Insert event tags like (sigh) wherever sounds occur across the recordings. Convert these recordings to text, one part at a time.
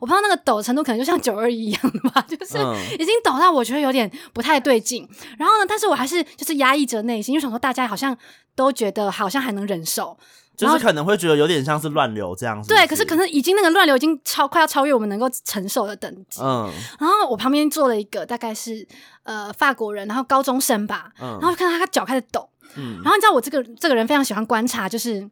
我碰到那个抖程度，可能就像九二一一样的吧， (laughs) 就是嗯已经抖到我觉得有点不太对劲。然后呢，但是我还是就是压抑着内心，就想说大家好像都觉得好像还能忍受，就然是后可能会觉得有点像是乱流这样子。对，可是可能已经那个乱流已经超快要超越我们能够承受的等级。嗯然后我旁边坐了一个大概是呃法国人，然后高中生吧，嗯，然后就看到他脚开始抖。嗯然后你知道我这个这个人非常喜欢观察，就是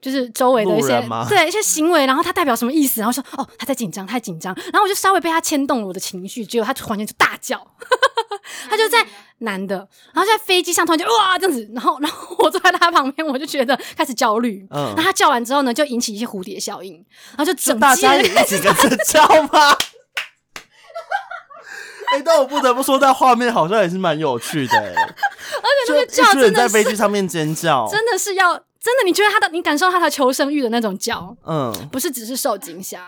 就是周围的一路些人吗对一些行为，然后他代表什么意思，然后说哦他在紧张，他在紧张，然后我就稍微被他牵动了我的情绪，结果他突然间就大叫， (laughs) 他就在男的，然后在飞机上突然就哇这样子，然后然后我坐在他旁边，我就觉得开始焦虑，嗯那他叫完之后呢，就引起一些蝴蝶效应，然后就整就大机家人也就开一始起跟着叫吗？ (laughs) 哎、但我不得不说，那画面好像也是蛮有趣的、欸，那个而叫真的在是飞机上面尖叫， (laughs) 真的是要真的，你觉得他的你感受到他的求生欲的那种叫，嗯，不是只是受惊吓。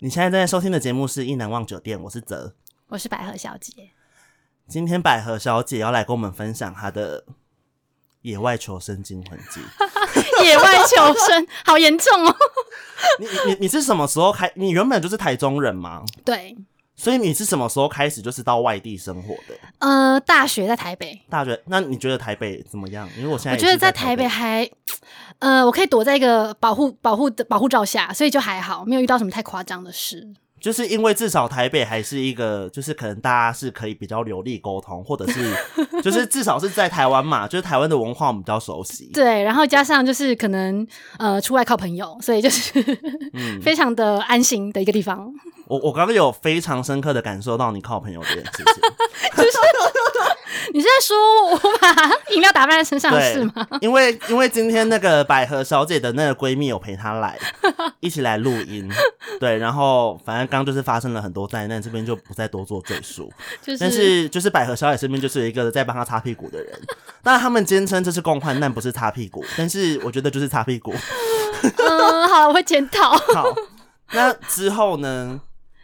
你现在在收听的节目是《一难忘酒店》，我是泽。我是百合小姐，今天百合小姐要来跟我们分享她的野外求生惊魂 (laughs) 记。野外求 (laughs) 生好严重哦。你你你是什么时候开？你原本就是台中人吗？对，所以你是什么时候开始就是到外地生活的？呃，大学在台北，大学？那你觉得台北怎么样？因为我现在我也觉得是在在台北北，还，呃，我可以躲在一个保护、保护的保护罩下，所以就还好，没有遇到什么太夸张的嗯事。就是因为至少台北还是一个，就是可能大家是可以比较流利沟通，或者是 (laughs) 就是至少是在台湾嘛，就是台湾的文化我们比较 (laughs) 熟悉。对，然后加上就是可能呃出外靠朋友，所以就是嗯 (laughs) 非常的安心的一个地方。我我刚刚有非常深刻的感受到你靠朋友这件事情。 (laughs) 你是在说我我把饮料打翻在身上的事对吗？，因为因为今天那个百合小姐的那个闺蜜有陪她 (laughs) 来，一起来录音。对，然后反正刚刚就是发生了很多灾难，这边就不再多做赘述。就但是就是百合小姐身边就是有一个在帮她擦屁股的人，当然他们坚称这是共患难，不是擦屁股，但是我觉得就是擦屁股。嗯，好了，我会检讨。 (laughs) 好，那之后呢？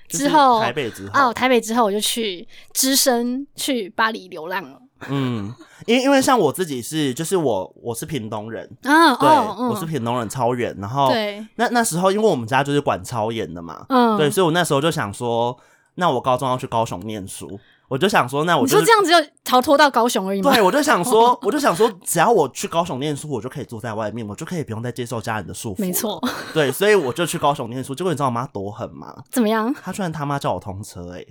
就是之后台北之后哦，，台北之后我就去只身去巴黎流浪了。嗯，因为因为像我自己是，就是我我是屏东人，啊，对，哦，嗯，我是哦屏东人，超远，然后对，那那时候因为我们家就是管超严的嘛，嗯，对，所以我那时候就想说，那我高中要去高雄念书，我就想说，那我你就说是这样子就逃脱到高雄而已吗？ (laughs) 对，我就想哦说，我就想说，只要我去高雄念书，我就可以坐在外面，我就可以不用再接受家人的束缚。没，错。对，所以我就去高雄念书。结果你知道我妈多狠吗？怎么样？她居然他妈叫我通车、欸，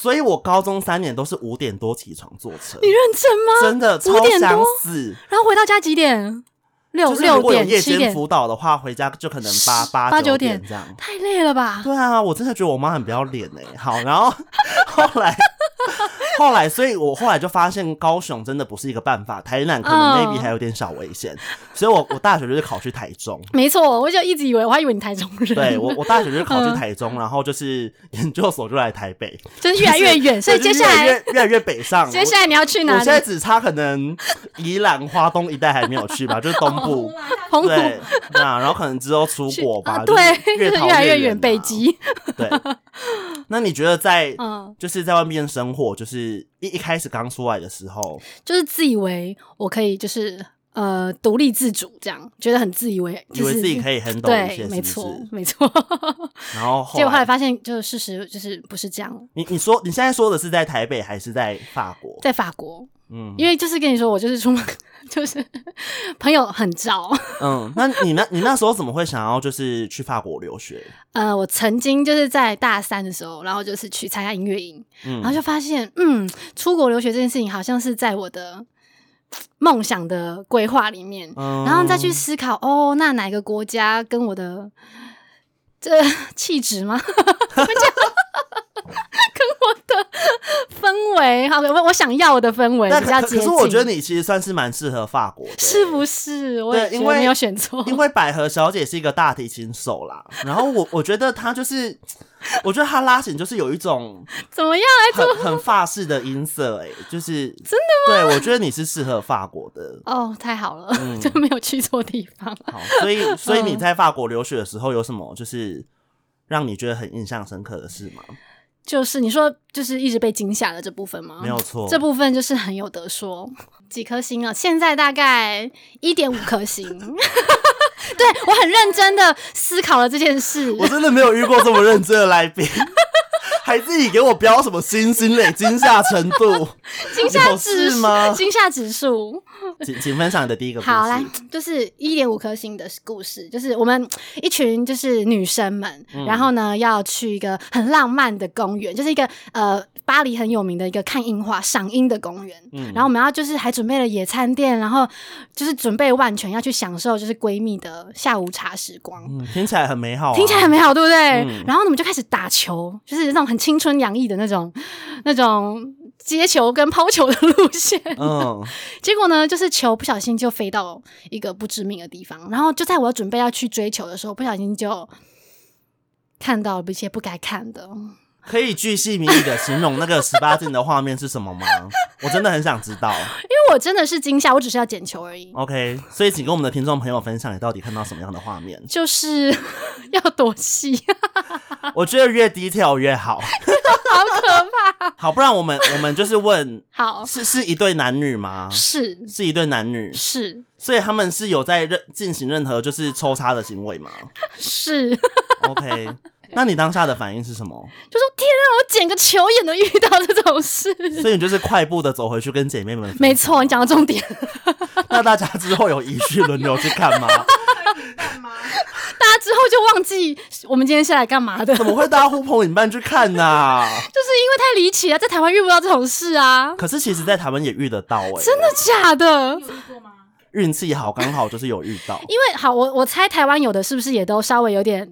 所以我高中三年都是五点多起床坐车，你认真吗？真的5超点想多死。然后回到家几点？六就是如六果有点夜七间点，辅导的话，回家就可能八八八九九点点这样。太累了吧？对啊，我真的觉得我妈很不要脸哎、 (laughs) 好，然后后来后来，所以我后来就发现高雄真的不是一个办法，台南可能嗯 maybe 还有点小危险，所以我 (laughs) 我大学就是考去台中。 (laughs) 没错，我就一直以为，我还以为你台中人，对我，我大学就是考去台中，然后就是研究所就来台北， (laughs) 就是越来越远，所以接就是下越来，越越来越北上。接下来你要去我哪我现在里？只差可能宜兰、花东一带还没有去 (laughs) 吧，就是东部。澎湖对，那然后可能之后哦 (laughs) 出去国吧，啊？就对，是就越是逃越来越远远，啊北。极。对，那你觉得在嗯，就是在外面生活，就是一一开始刚出来的时候，就是自以为我可以，就是呃，独立自主，这样觉得很自以为，以就为是自己可以 handle 一对，些，是没不是错，没错。 (laughs) 然后后结果后来来，发现，就是事实就是不是这样，你你说你现在说的是在台北还是在法国？在法国，嗯因为就是跟你说，我就是出门 (laughs) 就是朋友很招。嗯，那你那你那时候怎么会想要就是去法国留学？呃，我曾经就是在大三的时候，然后就是去参加音乐营，然后嗯就发现，嗯，出国留学这件事情好像是在我的梦想的规划里面，嗯然后再去思考，哦，那哪个国家跟我的这气质吗？ (laughs) 怎么讲？跟我的氛围，好，我我想要的氛围但比较可可接近。可是我觉得你其实算是蛮适合法国的，是不是？我对也觉因得为没有选错。因为百合小姐是一个大提琴手啦，然后我我觉得她就是，我觉得她拉琴就是有一种 (laughs) 怎么样？ (laughs) 很很法式的音色、欸，就是真的吗？对，我觉得你是适合法国的。哦，太好了，嗯 (laughs) 就没有去错地方。好，所以所以你嗯嗯在法国留学的时候有什么就是让你觉得很印象深刻的事吗？就是你说就是一直被惊吓的这部分吗？没有错。这部分就是很有得说，几颗星啊？现在大概一点五颗星。 (laughs) 对我很认真的思考了这件事，我真的没有遇过这么认真的来宾，还自己给我标什么星星类惊吓程度， (laughs) 惊吓有指事数吗，？惊吓指数。请请分享你的第一个故事。好，来，就是一点五颗星的故 (laughs) 事，就是我们一群就是女生们，嗯然后呢要去一个很浪漫的公园，就是一个呃巴黎很有名的一个看樱花赏樱的公园。嗯然后我们要就是还准备了野餐垫，然后就是准备万全要去享受就是闺蜜的下午茶时光。嗯，听起来很美好、啊，听起来很美好，对不对？嗯然后呢我们就开始打球，就是那种很青春洋溢的那种、那种接球跟抛球的路线。嗯， (laughs) 结果呢，就是球不小心就飞到一个不知名的地方，然后就在我准备要去追球的时候，不小心就看到了一些不该看的。可以巨细靡遗的形容那个十八禁的画面是什么吗？我真的很想知道。因为我真的是惊吓，我只是要捡球而已，。OK，所以请跟我们的听众朋友分享你到底看到什么样的画面就是要躲戏，我觉得越 detail 越 (laughs) 好，好可怕。哦好，不然我们我们就是问， (laughs) 好，是是一对男女吗？是是一对男女，是所以他们是有在任进行任何就是抽插的行为吗是，就 (laughs) ？OK，那你当下的反应是什么？说天啊，我捡个球也能遇到这种事。所以你就是快步的走回去跟姐妹们分享。没错，你讲到重点，那大家之后有一序轮流去看吗？ (laughs) 大家之后就忘记我们今天是来干嘛的， (laughs) 怎么会大家呼朋引伴去看呢、就是因为太离奇了，在台湾遇不到这种事啊，可是其实，在台湾也遇得到哎、真的假的？运气好，刚好就是有遇到。因为好，我我猜台湾有的是不是也都稍微有点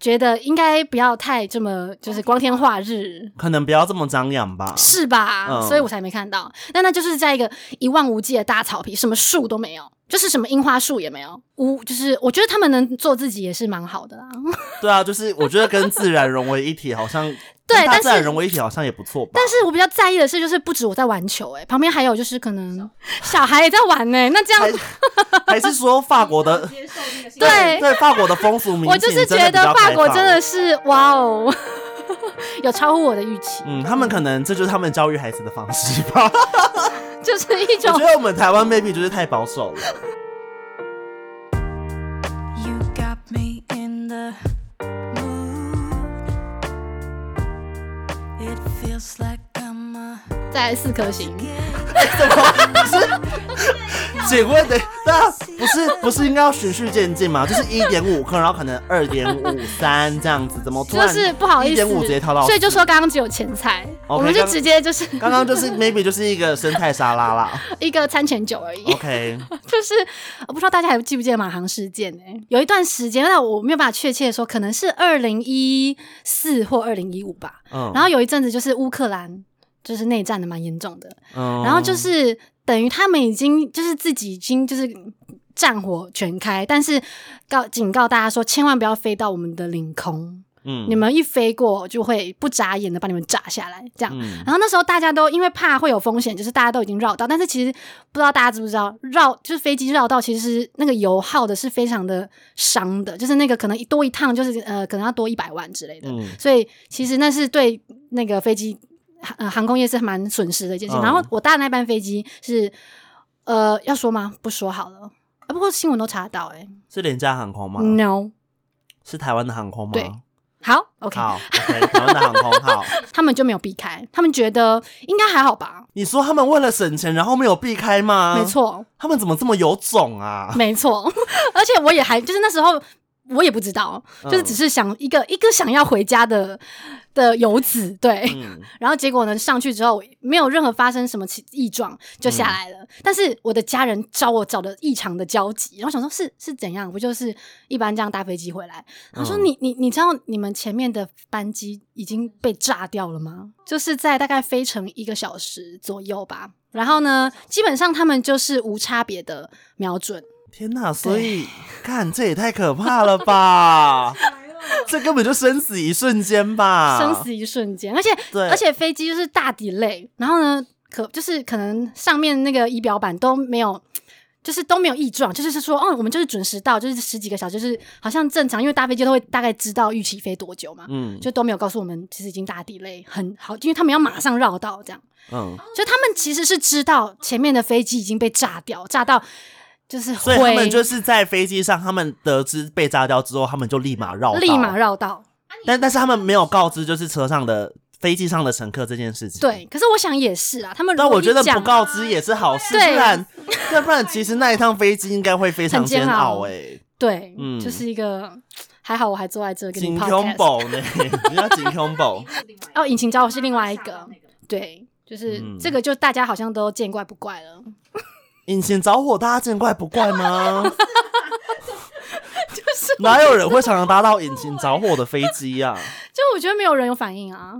觉得应该不要太这么就是光天化日。可能不要这么张 (laughs) 扬吧。是吧？嗯所以我才没看到。但那就是在一个一望无际的大草皮，什么树都没有，就是什么樱花树也没有。无就是，我觉得他们能做自己也是蛮好的啦。对啊，就是我觉得跟自然融为一体，好像对跟大但自然是融为一体好像也不错吧。但是我比较在意的是，就是不止我在玩球、欸，旁边还有就是可能小孩也在玩呢、那这样还还是说法国的接受那个性对对法国的风俗民情，我就是觉真的比得较法国开放真的是哇哦， (laughs) 有超乎我的预期，嗯，他们可能这就是他们教育孩子的方式 (laughs) 吧。就是一我种觉得我们台湾 maybe 就是太保 (laughs) 守了。 You got me in the mood. It feels like I'm a 再来四颗星。请问的，那不是不是应该要循序渐进吗？就是一点五克，然后可能二点五三这样子，怎么突就然是不好意思， 1.5直接跳到4所以就说刚刚只有前菜我 OK，们就直接就是 (laughs) 刚刚就是 maybe 就是一个生态沙拉啦。 (laughs) 一个餐前酒而已。 OK， (laughs) 就是我不知道大家还记不记得马航事件呢、有一段时间，那我没有办法确切的说，可能是二零一四或二零一五吧。嗯，然后有一阵子就是乌克兰就是内战的蛮严重的，嗯然后就是等于他们已经就是自己已经就是战火全开，但是告警告大家说，千万不要飞到我们的领空。嗯你们一飞过就会不眨眼的把你们炸下来，这样。嗯然后那时候大家都因为怕会有风险，就是大家都已经绕道，但是其实不知道大家知不知道，绕就是飞机绕道，其实那个油耗的是非常的伤的，就是那个可能一多一趟就是呃可能要多一百万之类的，嗯所以其实那是对那个飞机呃航空业是蛮损失的一件事。嗯然后我搭的那班飞机是呃要说吗？不说好了。啊，不过新闻都查得到哎、是廉价航空吗？欸、，no，是台湾的航空吗？对好，OK，好，OK，台湾的航空 (laughs) 好。他们就没有避开，他们觉得应该还好吧？你说他们为了省钱，然后没有避开吗？没，错，他们怎么这么有种啊？没错， (laughs) 而且我也还就是那时候我也不知道，嗯就是只是想一个、一个想要回家的的游子，对。嗯，然后结果呢，上去之后没有任何发生什么奇异状，就下来嗯了。但是我的家人找我找的异常的焦急，然后想说是是怎样，不就是一般这样搭飞机回来？他说嗯你你你知道你们前面的班机已经被炸掉了吗？就是在大概飞程一个小时左右吧。然后呢，嗯基本上他们就是无差别的瞄准，天哪！所以，看这也太可怕 (laughs) 了吧？这根本就生死一瞬间吧？生死一瞬间，而且啊对而且飞机就是大 delay，然后呢，可就是可能上面那个仪表板都没有。就是都没有异状，就是是说，哦，我们就是准时到，就是十几个小时，就是好像正常，因为搭飞机都会大概知道预期飞多久嘛，嗯就都没有告诉我们其实已经大地雷很好，因为他们要马上绕道这样，嗯，所以他们其实是知道前面的飞机已经被炸掉，炸到就是所以他们灰，就是在飞机上，他们得知被炸掉之后，他们就立马绕道，立马绕道。但但是他们没有告知，就是车上的飞机上的乘客这件事情。。对，可是我想也是啊，他们如但果我觉一得讲不告知也是好事，不对然要不然其实那一趟飞机应该会非常很煎煎熬熬哎、对，嗯就是一个还好我还坐在这跟紧你恐 podcast 宝呢？你要紧恐宝，哦，引擎交火是另外一个，对，就是嗯这个就大家好像都见怪不怪了，引擎着火，大家见怪不怪吗？就是哪有人会常常搭到引擎着火的飞机啊？就我觉得没有人有反应啊。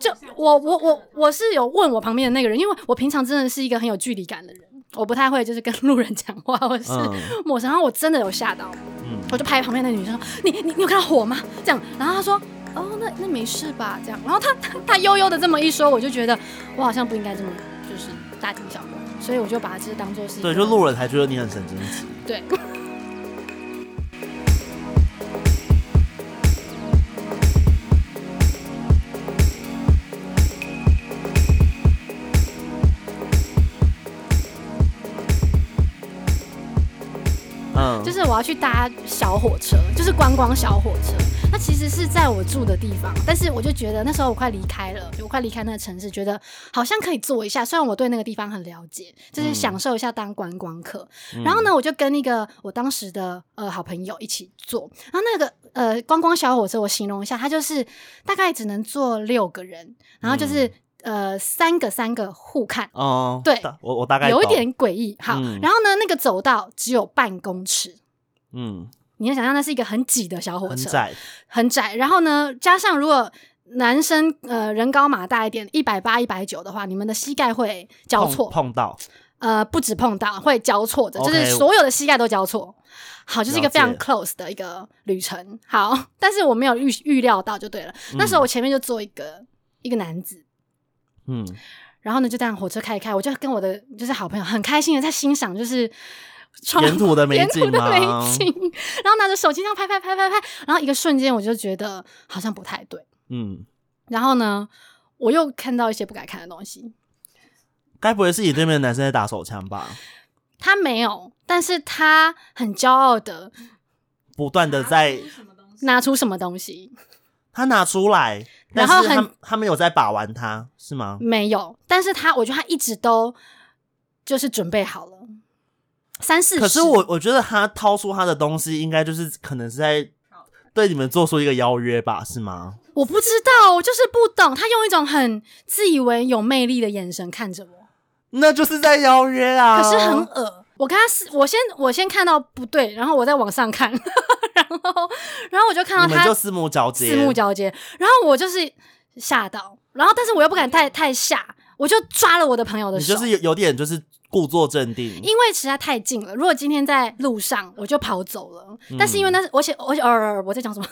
就我我我我是有问我旁边的那个人，因为我平常真的是一个很有距离感的人，我不太会就是跟路人讲话或 (laughs) 是嗯陌生，然后我真的有吓到，嗯我就拍旁边那个女生说：“你你你有看到火吗？”这样，然后她说：“哦，那那没事吧？”这样，然后她她她悠悠的这么一说，我就觉得我好像不应该这么就是大惊小怪，所以我就把这当做是一对，个就路人才觉得你很神经质。对。嗯，就是我要去搭小火车，就是观光小火车。那其实是在我住的地方，但是我就觉得那时候我快离开了，我快离开那个城市，觉得好像可以坐一下。虽然我对那个地方很了解，嗯就是享受一下当观光客。然后呢，我就跟一个我当时的呃好朋友一起坐。然后那个呃观光小火车，我形容一下，它就是大概只能坐六个人，然后就是、呃三个三个互看，哦，对大我嗯我大概有一懂，点诡异。好，嗯然后呢，那个走道只有半公尺。嗯，你要想象那是一个很挤的小火车，很，窄，很窄。然后呢，加上如果男生呃人高马大一点，一百八、一百九的话，你们的膝盖会交碰错，碰到，呃，不止碰到，会交错的 OK 就是所有的膝盖都交错。好，就是一个了解非常 close 的一个旅程。好，但是我没有预预料到就对了。那时候我前面就坐一个一个男子，嗯，然后呢就这样火车开一开，我就跟我的就是好朋友很开心的在欣赏就是窗沿途的美沿途景的吗美景，然后拿着手机这样拍拍拍拍拍，然后一个瞬间我就觉得好像不太对，嗯，然后呢我又看到一些不该看的东西，该不会是你对面的男生在打手枪吧？他没有，但是他很骄傲的不断的在拿出什么东西，他拿出来，但然后是他很们他们有在把玩他是吗？没有，但是他我觉得他一直都就是准备好了三四十，可是我我觉得他掏出他的东西，应该就是可能是在对你们做出一个邀约吧，是吗？我不知道，我就是不懂，他用一种很自以为有魅力的眼神看着我。那就是在邀约啊。可是很恶。我跟他是，我先我先看到不对，然后我再往上看， (laughs) 然后然后我就看到你们他就四目交接，四目交接，然后我就是吓到，然后但是我又不敢太太吓，我就抓了我的朋友的你手，就是有有点就是故作镇定，因为实在太近了。如果今天在路上，我就跑走了。嗯但是因为那是，而且而且，呃，我在讲什么？ (laughs) 就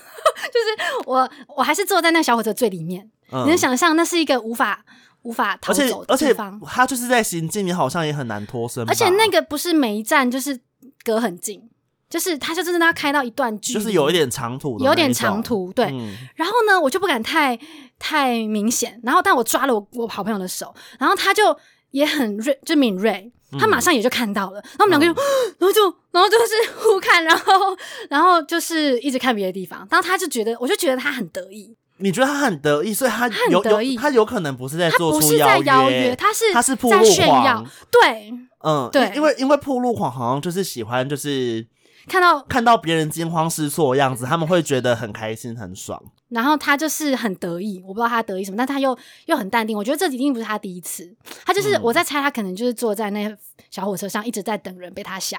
是我我还是坐在那小火车最里面，嗯你能想象那是一个无法无法逃而且走的而地且方。他就是在行进，你好像也很难脱身吧。而且那个不是每一站就是隔很近，就是他就真的要开到一段距离，就是有一点长途的那一种，有点长途，对。嗯，然后呢，我就不敢太太明显，然后但我抓了我我好朋友的手，然后他就也很锐，就敏锐。嗯他马上也就看到了，然后我们两个就， (gasps) 然后就，然后就是互看，然后， (laughs) 然后就是一直看别的地方。然后他就觉得，我就觉得他很得意，你觉得他很得意，所以他他很有得意有他有可能不是在他做不出是在邀约，他是他是铺在路炫耀狂。对，嗯，对因因为因为铺路狂好像就是喜欢就是看到，看到别人惊慌失措的样子，他们会觉得很开心很爽。然后他就是很得意，我不知道他得意什么，但他又又很淡定。我觉得这一定不是他第一次，他就是、嗯我在猜，他可能就是坐在那小火车上一直在等人被他吓。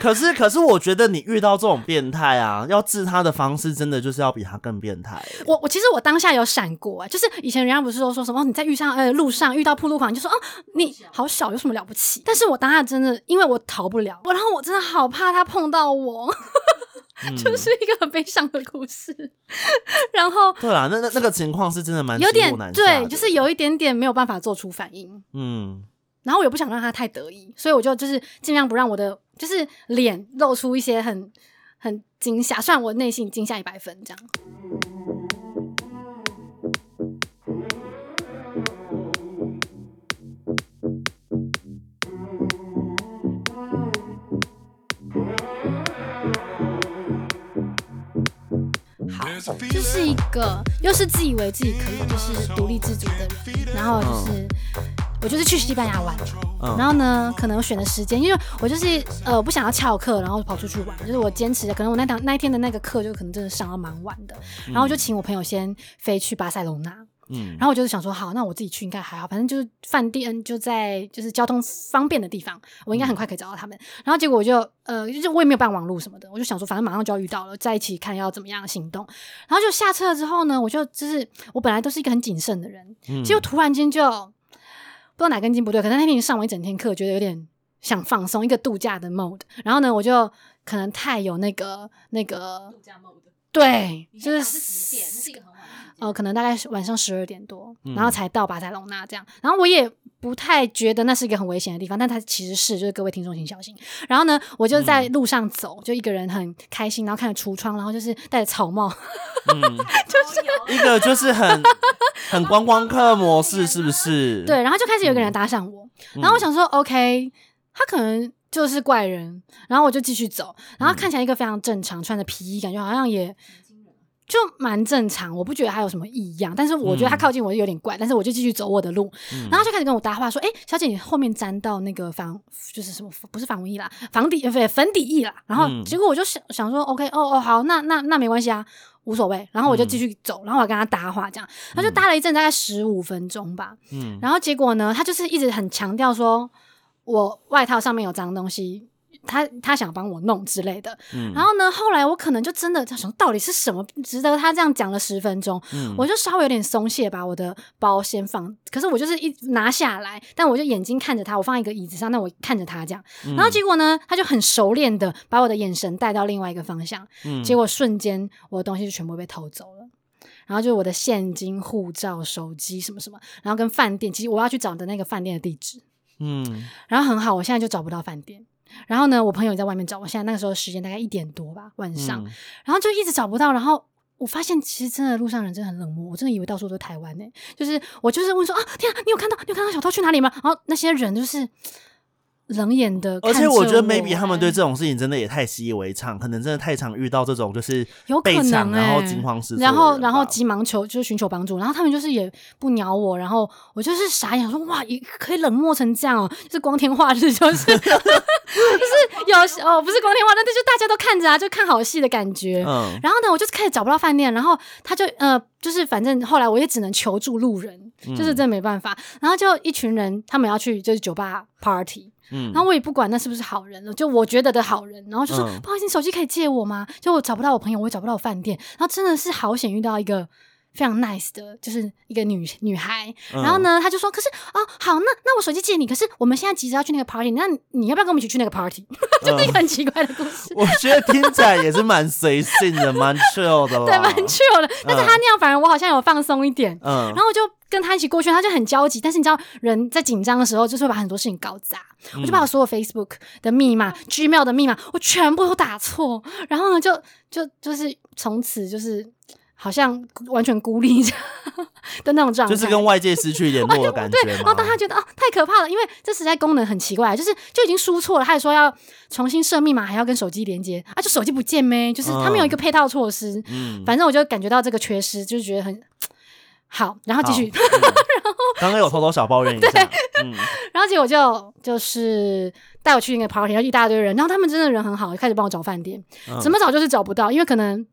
可是可是我觉得你遇到这种变态啊，要治他的方式真的就是要比他更变态。我我其实我当下有闪过、啊，就是以前人家不是说说什么、哦、你在遇上呃路上遇到铺路狂，你就说哦你好小有什么了不起？但是我当下真的因为我逃不了，我然后我真的好怕他碰到我， (laughs) 嗯就是一个很悲伤的故事。 (laughs) 然后对啦，那那那个情况是真的蛮有喜怒点难下的对，就是有一点点没有办法做出反应。嗯，然后我也不想让他太得意，所以我就就是尽量不让我的就是脸露出一些很很惊吓，虽然我内心惊吓一百分这样。好，这是一个又是自以为自己可以就是独立自主的人，然后就是、我就是去西班牙玩嘛，嗯然后呢，可能我选的时间，因为我就是呃我不想要翘课，然后跑出去玩，就是我坚持的，可能我那堂那一天的那个课就可能真的上到蛮晚的，然后我就请我朋友先飞去巴塞隆纳，嗯然后我就是想说，好，那我自己去应该还好，反正就是饭店就在就是交通方便的地方，我应该很快可以找到他们。然后结果我就呃，就是我也没有办网路什么的，我就想说，反正马上就要遇到了，在一起看要怎么样行动。然后就下车之后呢，我就就是我本来都是一个很谨慎的人，嗯结果突然间就不知道哪根筋不对，可能那天已经上完一整天课，觉得有点想放松，一个度假的 mode。然后呢，我就可能太有那个那个度假 mode。对，你就先是讲是几点？那是一个很晚的时间呃，可能大概是晚上十二点多，嗯然后才到巴塞隆纳这样。然后我也不太觉得那是一个很危险的地方，但它其实是，就是各位听众请小心。然后呢，我就在嗯路上走，就一个人很开心，然后看着橱窗，然后就是戴着草帽，嗯，一个就是很很观光客模式，是不是？ (laughs) 对，然后就开始有一个人搭讪我，嗯，然后我想说，OK，他可能就是怪人，然后我就继续走，嗯然后看起来一个非常正常，穿着皮衣，感觉好像也就蛮正常，我不觉得他有什么异样，但是我觉得他嗯靠近我有点怪，但是我就继续走我的路，嗯，然后他就开始跟我搭话说，哎、小姐，你后面沾到那个防就是什么不是防蚊液啦，防底呃不对粉底液啦，然后嗯结果我就想想说，OK，哦哦好，那那那没关系啊。无所谓，然后我就继嗯续走，然后我跟他搭话，这样，他就搭了一阵，大概十五分钟吧，嗯，然后结果呢，他就是一直很强调说，我外套上面有脏东西，他他想帮我弄之类的。嗯然后呢，后来我可能就真的想，到底是什么值得他这样讲了十分钟，嗯我就稍微有点松懈，把我的包先放。可是我就是一拿下来，但我就眼睛看着他，我放一个椅子上，那我看着他这样。嗯然后结果呢，他就很熟练的把我的眼神带到另外一个方向，嗯结果瞬间我的东西就全部被偷走了。然后就是我的现金、护照、手机什么什么，然后跟饭店，其实我要去找的那个饭店的地址。嗯然后很好，我现在就找不到饭店。然后呢，我朋友也在外面找，我现在那个时候时间大概一点多吧，晚上，嗯然后就一直找不到。然后我发现其实真的路上人真的很冷漠，我真的以为到处都是台湾呢、就是我就是问说啊，天啊，你有看到你有看到小偷去哪里吗？然后那些人就是冷眼的，而且我我觉得 maybe 他们对哎这种事情真的也太习以为常，可能真的太常遇到这种就是有可被抢能哎、然后惊慌失措的人然吧，后然后急忙求就是寻求帮助，然后他们就是也不鸟我，然后我就是傻眼说哇，也可以冷漠成这样哦、就是光天化日，就是 (laughs) 就是有哦，不是光天化日，那就大家都看着啊，就看好戏的感觉。嗯然后呢，我就是开始找不到饭店，然后他就呃，就是反正后来我也只能求助路人，就是真嗯的没办法。然后就一群人，他们要去就是酒吧 party，嗯，然后我也不管那是不是好人了，就我觉得的好人，然后就说、嗯不好意思，你手机可以借我吗？就我找不到我朋友，我也找不到我饭店，然后真的是好险遇到一个。非常 nice 的，就是一个女女孩，嗯然后呢，她就说：“可是哦，好，那那我手机借你。可是我们现在急着要去那个 party，那你你要不要跟我们一起去那个 party？” (laughs) 就是一嗯个很奇怪的故事， (laughs) 我觉得听起来也是蛮随性的，蛮 chill 的啦，对，蛮 chill 的。但是她那样，反而我好像有放松一点。嗯，然后我就跟他一起过去，他就很焦急。但是你知道，人在紧张的时候，就是会把很多事情搞砸。我嗯就把我所有 Facebook 的密码、Gmail 的密码，我全部都打错。然后呢，就就就是从此就是好像完全孤立这样的那种状态，就是跟外界失去联络的感觉对，然嘛后当他觉得哦太可怕了，因为这实在功能很奇怪，啊就是就已经输错了，他还说要重新设密码，还要跟手机连接啊，就手机不见咩，就是他没有一个配套措施。嗯，反正我就感觉到这个缺失，就是觉得很好，然后继续。好。 (laughs) 嗯刚刚有偷偷小抱怨一下，嗯然后结果就就是带我去那个 party，然后一大堆人，然后他们真的人很好，就开始帮我找饭店，嗯怎么找就是找不到，因为可能。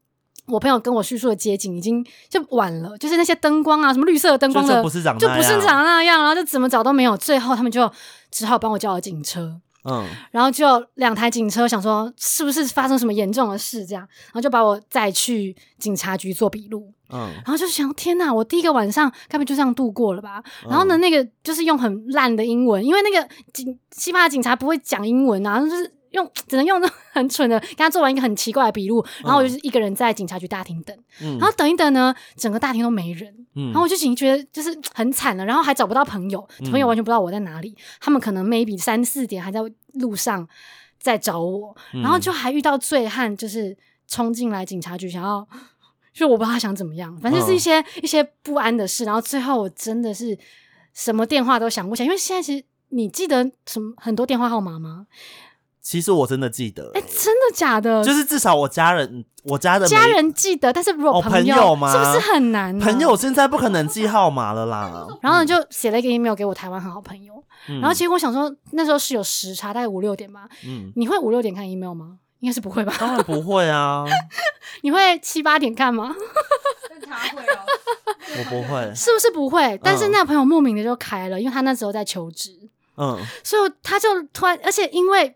我朋友跟我叙述的街景已经就晚了，就是那些灯光啊，什么绿色的灯光就的，就不是长就那不是样长那样，然后就怎么找都没有，最后他们就只好帮我叫了警车，嗯然后就两台警车，想说是不是发生什么严重的事这样，然后就把我载去警察局做笔录，嗯然后就想，天哪，我第一个晚上该不会就这样度过了吧？嗯然后呢，那个就是用很烂的英文，因为那个警西班牙警察不会讲英文啊，就是。用只能用那种很蠢的，给他做完一个很奇怪的笔录，然后我就是一个人在警察局大厅等，嗯然后等一等呢，整个大厅都没人，嗯然后我就已经觉得就是很惨了，然后还找不到朋友，朋友完全不知道我在哪里，他们可能 maybe 三四点还在路上在找我，嗯然后就还遇到醉汉，就是冲进来警察局想要。 (gasps) 就我不知道他想怎么样，反正就是一哦些、一些不安的事，然后最后我真的是什么电话都想不起来，因为现在其实你记得什么很多电话号码吗？其实我真的记得哎、，真的假的？呃就是至少我家人，我家的每家人记得，但是如果哦友,、朋友吗是不是很难、朋友，现在不可能记号码 (laughs) 了啦。然后呢就写了一个 email 给我台湾很好朋友，嗯然后结果我想说那时候是有时差，大概五六点吧。嗯，你会五六点看 email 吗？应该是不会吧？ (laughs) 当然不会啊，你会七八点看吗？但他会哦，我不会。是不是不会？但是那个朋友莫名的就开了，因为他那时候在求职，嗯所以他就突然，而且因为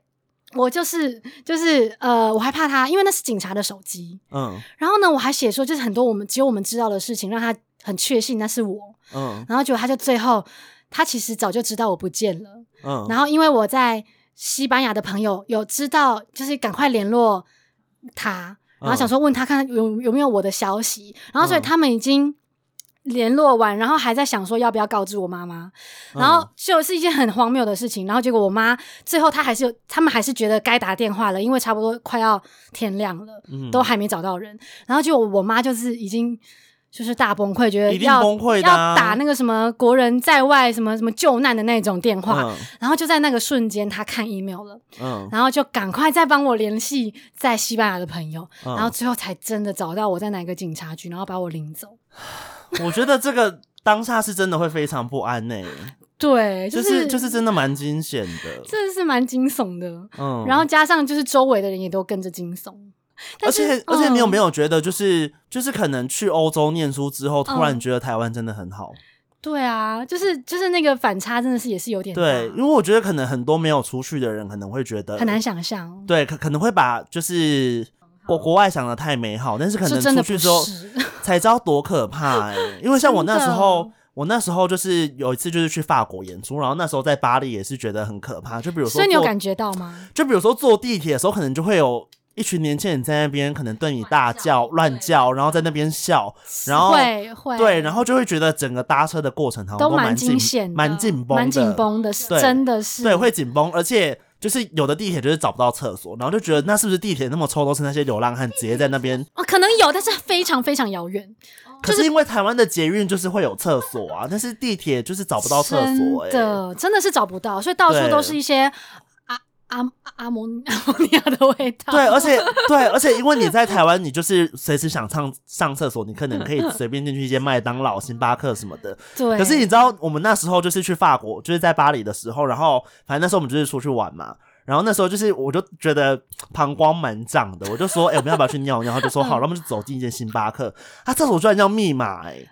我就是就是呃，我还怕他，因为那是警察的手机。嗯然后呢，我还写说，就是很多我们只有我们知道的事情，让他很确信那是我。嗯然后结果他就最后，他其实早就知道我不见了。嗯，然后因为我在西班牙的朋友有知道，就是赶快联络他，然后想说问他看有有没有我的消息，然后所以嗯他们已经联络完，然后还在想说要不要告知我妈妈，嗯然后就是一件很荒谬的事情，然后结果我妈最后她还是有，他们还是觉得该打电话了，因为差不多快要天亮了，嗯都还没找到人，然后结果我妈就是已经。就是大崩溃，觉得一定要崩溃的要啊打那个什么国人在外什么什么救难的那种电话，嗯然后就在那个瞬间，他看 email 了，嗯，然后就赶快再帮我联系在西班牙的朋友，嗯然后最后才真的找到我在哪个警察局，然后把我领走。嗯我觉得这个当下是真的会非常不安呢，对，就是是就是真的蛮惊险的。真的是蛮惊悚的。嗯，然后加上就是周围的人也都跟着惊悚，而但是嗯且而且，你有没有、有觉得，就是就是可能去欧洲念书之后，突然嗯觉得台湾真的很好？对啊，就是就是那个反差真的是也是有点大对，因为我觉得可能很多没有出去的人可能会觉得啊很难，想象，对，可可能会把就是国国外想的太美好，但是可这能真的出不去之后是。才知道多可怕哎、 (laughs) 因为像我那时真候。我那时候就是有一次就是去法国演出，然后那时候在巴黎也是觉得很可怕，就比如说坐，所以你有感觉到吗？就比如说坐地铁的时候，可能就会有一群年轻人在那边可能对你大叫、乱叫乱叫，然后在那边笑，然后会会对，然后就会觉得整个搭车的过程好像都蛮蛮惊险的，蛮紧绷、蛮紧，绷的，是对真的是对，会紧绷，而且就是有的地铁就是找不到厕所，然后就觉得那是不是地铁那么臭都是那些流浪汉直接在那边？哦，可能有，但是非常非常遥远，可是因为台湾的捷运就是会有厕所啊，但是地铁就是找不到厕所、真欸，的真的是找不到，所以到处对都是一些阿阿阿摩阿摩尼亚的味道。对，而且对，而且因为你在台湾，你就是随时想上上厕所，你可能可以随便进去一间麦当劳、星巴克什么的，对，可是你知道，我们那时候就是去法国，就是在巴黎的时候，然后反正那时候我们就是出去玩嘛。然后那时候就是，我就觉得膀胱蛮胀的，我就说，哎、我们要不要去尿尿？他 (laughs) 嗯就说好，然后我们就走进一间星巴克，他厕所居然要密码、欸，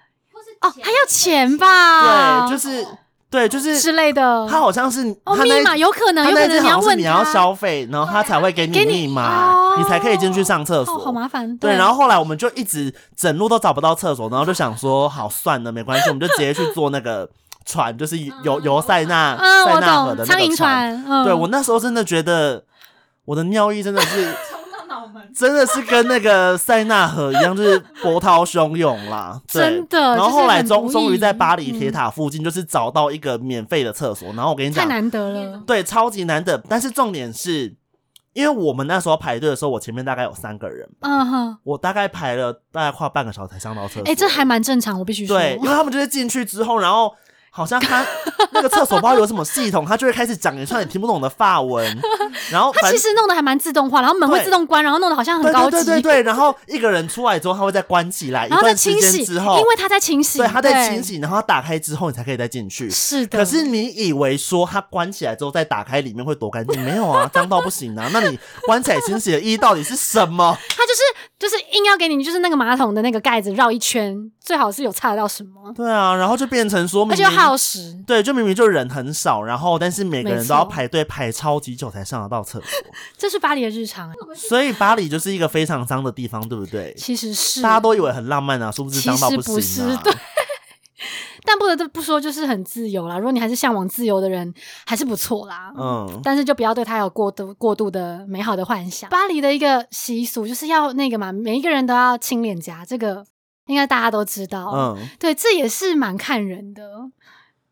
哦，还要钱吧？对，就是对，就是之类的。他好像是啊哦，他那密一码有可能，他有那可一能间好要像是问你要他哦消费，然后他才会给给你你密码，哦你才可以进去上厕所。哦，好麻烦。对，然后后来我们就一直整路都找不到厕所，然后就想说，好算了，没关系，我们就直接去坐那个船，就是游游塞纳嗯，塞我纳河懂，的那苍个蝇船。船，嗯，对我那时候真的觉得我的尿意真的是冲到脑 (laughs) 门，真的是跟那个塞纳河一样，就是波涛汹涌啦。对真的然后后来就是很嗯终不易终于在巴黎铁塔附近，就是找到一个免费的厕所。然后我跟你太讲，难得了。对，超级难的。但是重点是，因为我们那时候排队的时候，我前面大概有三个人。嗯哼，我大概排了大概快半个小时才上到厕所。哎，这还蛮正常，我必须说。对，因 (laughs) 为他们就是进去之后，然后好像他那个厕所不知道有什么系统，他就会开始讲一串你听不懂的 (laughs) 法文，然后它反其正。实弄得还蛮自动化，然后门会对自动关，然后弄得好像很对高对级，对对对，然后一个人出来之后，他会再关起来一然后再段时清洗，间之后，因为它在清洗，对他在清洗，然后他打开之后，你才可以再进去。是的，可是你以为说它关起来之后再打开，里面会多干净？没有啊，脏到不行啊！那你关起来清洗的意义到底是什么？它就是就是硬要给你，就是那个马桶的那个盖子绕一圈，最好是有擦得到什么，对啊，然后就变成说 (laughs) 明而明，且又耗时。对，就明明就人很少，然后但是每个没人都要错排队排超级久才上得到厕所，这是巴黎的日常，所以巴黎就是一个非常脏的地方，对不对？其实是大家都以为很浪漫啊，殊不知其脏到实行啊！不是对 (laughs) 但不得不说，就是很自由啦。如果你还是向往自由的人，还是不错啦。 (laughs) 嗯，但是就不要对他有过度过度的美好的幻想。巴黎的一个习俗就是要那个嘛，每一个人都要亲脸颊，这个应该大家都知道。嗯，对，这也是蛮看人的，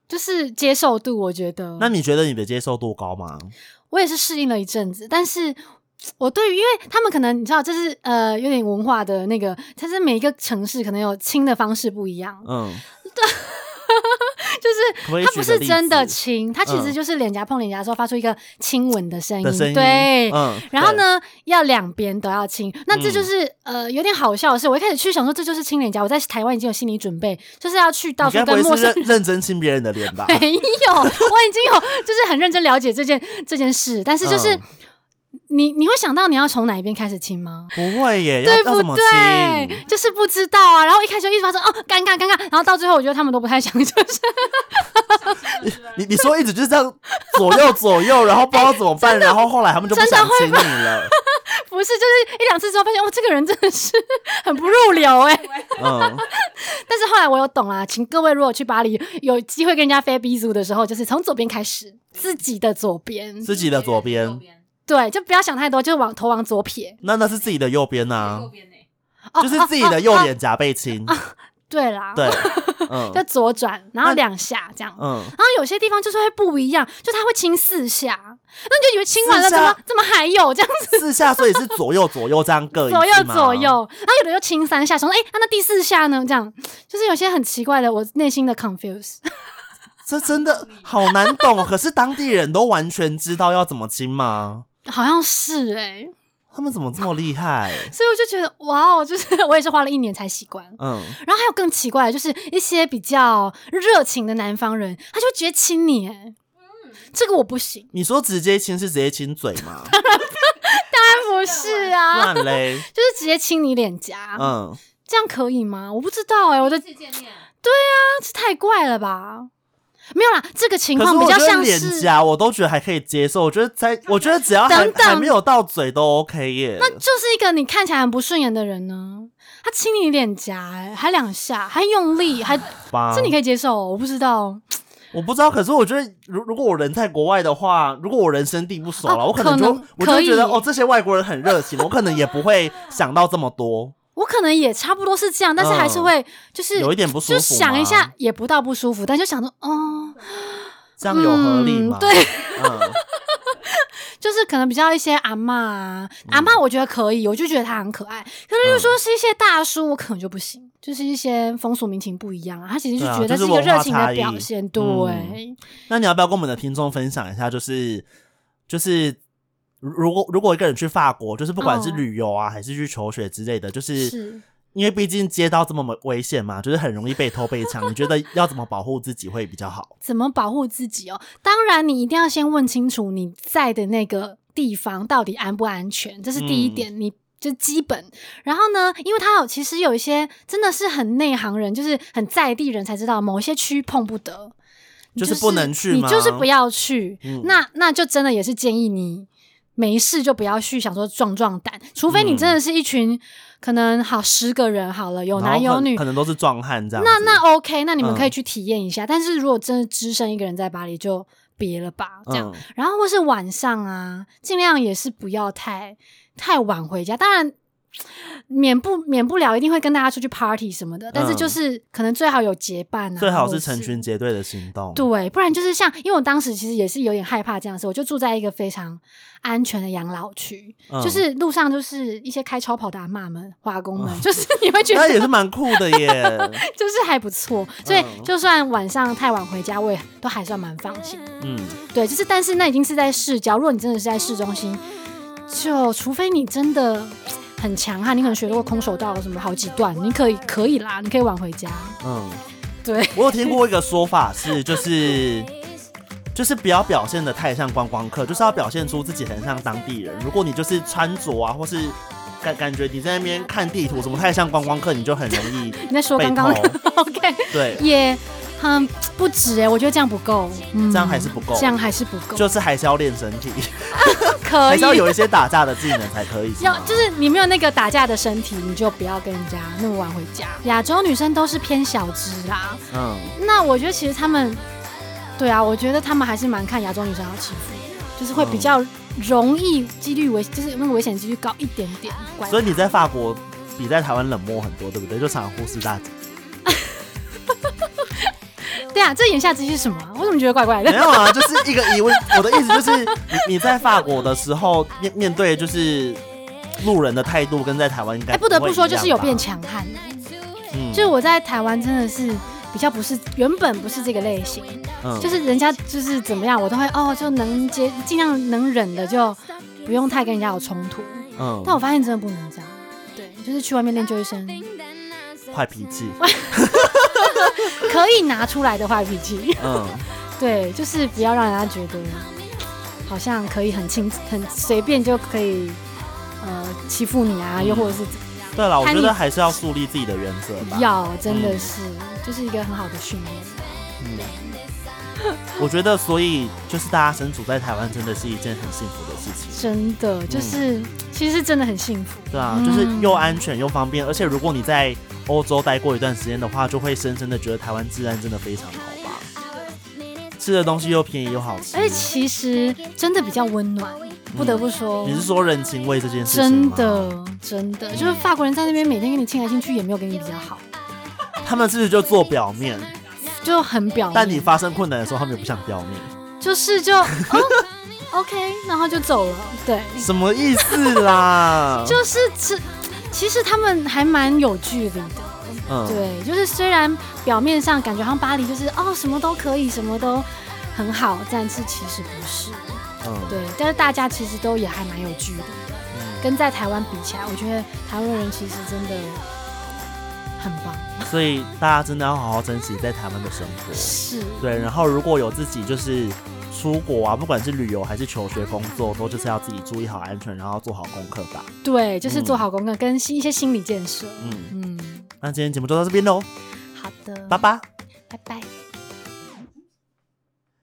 就是接受度，我觉得。那你觉得你的接受度高吗？我也是适应了一阵子，但是。我对于，因为他们可能你知道，这是呃有点文化的那个，但是每一个城市可能有亲的方式不一样，嗯，就可不可是以它举不个是例真的子亲，它其实嗯就是脸颊碰脸颊的时候发出一个亲吻的声音，的声音，对，嗯，然后对？呢，要两边都要亲。那这就嗯是、呃，有点好笑的是，我一开始去想说这就是亲脸颊，我在台湾已经有心理准备，就是要去到你处该不跟会陌是生认人。认真亲别人的脸 (laughs) 吧？没有，我已经有就是很认真了解这件这件事，但是就是、嗯你你会想到你要从哪一边开始亲吗？不 (laughs) 会耶，要对要不怎么对亲？？就是不知道啊，然后一开始就一直发生哦，尴尬尴尬，然后到最后我觉得他们都不太想，就是你你说一直就是这样左右左右，然后不知道怎么办，然后后来他们就不 (laughs) 真的想亲你了。不是就是一两次之后发现，哦，这个人真的是很不入流哎、嗯， (laughs) 但是后来我有懂啦、请各位如果去巴黎有机会跟人家飞 B 组的时候，就是从左边开始，自己的左边，自己的左边，对，就不要想太多，就是往头往左撇。那那是自己的右边右呐，边呢？哦，就是哦自己的右。哦哦脸颊被亲。对啦，对， (laughs) 就嗯左转，然后两下这样。嗯，然后有些地方就是会不一样，就他会亲四下，那你就以为亲完了四怎下么怎么还有这样子，四下所以是左右左右这样各一左右次吗左右，然，后有的又亲三下，想说哎、那那第四下呢？这样就是有些很奇怪的，我内心的 confuse。这真的好难懂哦。可是当地人都完全知道要怎么亲吗？ (laughs) 好像是哎、他们怎么这么厉害？所以我就觉得哇哦，就是我也是花了一年才习惯。嗯，然后还有更奇怪的，就是一些比较热情的南方人，他就会直接亲你，哎，这个我不行，你说直接亲是直接亲嘴 (laughs) 吗？当然不是不啊，然嘞，就是直接亲你脸颊，嗯，这样可以吗？我不知道哎、我的第一次见面，这太怪了吧？没有啦，这个情可是况比我较觉得像脸是，颊我都觉得还可以接受，我觉得在，我觉得只要还等等还没有到嘴都 OK 耶。就是一个你看起来很不顺眼的人呢，他亲你脸颊、哎，还两下，还用力，啊还吧这你可以接受哦、我不知道，我不知道，可是我觉得，如如果我人在国外的话，如果我人生地不熟了，啊哦我可能就可能我就可会以觉得哦，这些外国人很热情，我可能也不会想到这么多，我可能也差不多是这样，但是还是嗯会就是有一点不舒服就吗。想一下，也不到不舒服，但就想说，哦，这样有合理吗？嗯对，嗯，就是可能比较一些阿嬷啊，阿嗯嬷我觉得可以，我就觉得她很可爱。可是就说是一些大叔，我可能就不行，就是一些风俗民情不一样啊。他其实就对啊觉得这是一个文化热情差的异表现，对，嗯那你要不要跟我们的听众分享一下，就是就是。如如果如果一个人去法国，就是不管是哦旅游啊，还是去求学之类的，就是是。因为毕竟街道这么危险嘛，就是很容易被偷被抢。你觉得要怎么保护自己会比较好？怎么保护自己哦？当然，你一定要先问清楚你在的那个地方到底安不安全，这是第一点。嗯你就基本，然后呢？因为它有其实有一些真的是很内行人，就是很在地人才知道，某些区碰不得，你就是不能去你吗就是不要去。嗯那那就真的也是建议你没事就不要去，想说壮壮胆，除非嗯你真的是一群、可能好十个人好了，有然后男有可女可，能都是壮汉这样子。那那 OK，那你们嗯可以去体验一下。但是如果真的只身一个人在巴黎，就别了吧，这样。嗯然后或是晚上啊，尽量也是不要太太晚回家。当然，免不免不了一定会跟大家出去 party 什么的，但是嗯就是可能最好有结伴啊，最好或是成群结队的行动。对，不然就是像，因为我当时其实也是有点害怕这样的事，我就住在一个非常安全的养老区，嗯就是路上就是一些开超跑的阿嬷们、华工 (laughs) 们，就是你会觉得那也是蛮酷的 (laughs) 耶。就是还不错，所以嗯就算晚上太晚回家，我也都还算蛮放心。嗯，对，就是但是那已经是在市郊，如果你真的是在市中心，就除非你真的很强悍，你可能学过空手道什么好几段，你可以可以啦，你可以晚回家。嗯，对，我有听过一个说法是，就是就是不要表现的太像观光客，就是要表现出自己很像当地人。如果你就是穿着啊，或是感感觉你在那边看地图什么太像观光客，你就很容易 (laughs) 你在说被刚偷 (laughs) 刚。OK，对，也很不止哎、我觉得这样不够，嗯，这样还是不够这样还是不够，就是还是要练身体，可还以是要有一些打架的技能才可以。是要吗就是你没有那个打架的身体，你就不要跟人家那么晚回家。亚洲女生都是偏小啊只啦，嗯，那我觉得其实他们，对啊，我觉得他们还是蛮看亚洲女生要欺负，就是会比较嗯容易几率危，就是那个危险几率高一点点。乖所以你在法国比在台湾冷漠很多，对不对？就常常忽视大家。对啊，这言下之意是什么啊、我怎么觉得怪怪 (laughs) 的没？有啊，就是一个疑问。我的意思就是，你你在法国的时候面面对就是路人的态度，跟在台湾应该哎，不得不说，会一样吧就是有变。强悍。嗯就是我在台湾真的是比较不是原本不是这个类型，嗯就是人家就是怎么样，我都会哦，就能接尽量能忍的就不用太跟人家有冲突。嗯但我发现真的不能这样，对，就是去外面练就一身坏脾 (laughs) 气，可以拿出来的坏脾气，嗯，对，就是不要让人家觉得好像可以很轻很随便就可以呃欺负你嗯啊，又或者是怎么样对啊了，我觉叛逆得还是要树立自己的原则吧。嗯要真的是就是一个很好的训练，我觉得，所以就是大家身处在台湾，真的是一件很幸福的事情。真嗯的就是其实真的很幸福。对啊，就是又安全又方便，而且如果你在欧洲待过一段时间的话，就会深深的觉得台湾治安真的非常好吧。吃的东西又便宜又好吃而且，其实真的比较温暖，不得不说，嗯你是说人情味这件事情真吗？，嗯的真的，就是法国人在那边每天跟你亲来亲去，也没有给你比较好，他们是不是就做表面？哦就很表面。但你发生困难的时候，他们也不想表面，就是就、哦、OK，然后就走了。对，什么意思啦？就是其其实他们还蛮有距离的。嗯，对，就是虽然表面上感觉好像巴黎就是哦什么都可以，什么都很好，但是其实不是。嗯，嗯对，但是大家其实都也还蛮有距离的，跟在台湾比起来，我觉得台湾人其实真的很棒。所以大家真的要好好珍惜在台湾的生活。是，对，然后如果有自己就是出国啊，不管是旅游还是求学、工作，都就是要自己注意好安全，然后做好功课吧。对，就是做好功课跟心一些心理建设。嗯，嗯，那今天节目就到这边喽，好的，拜拜。拜拜。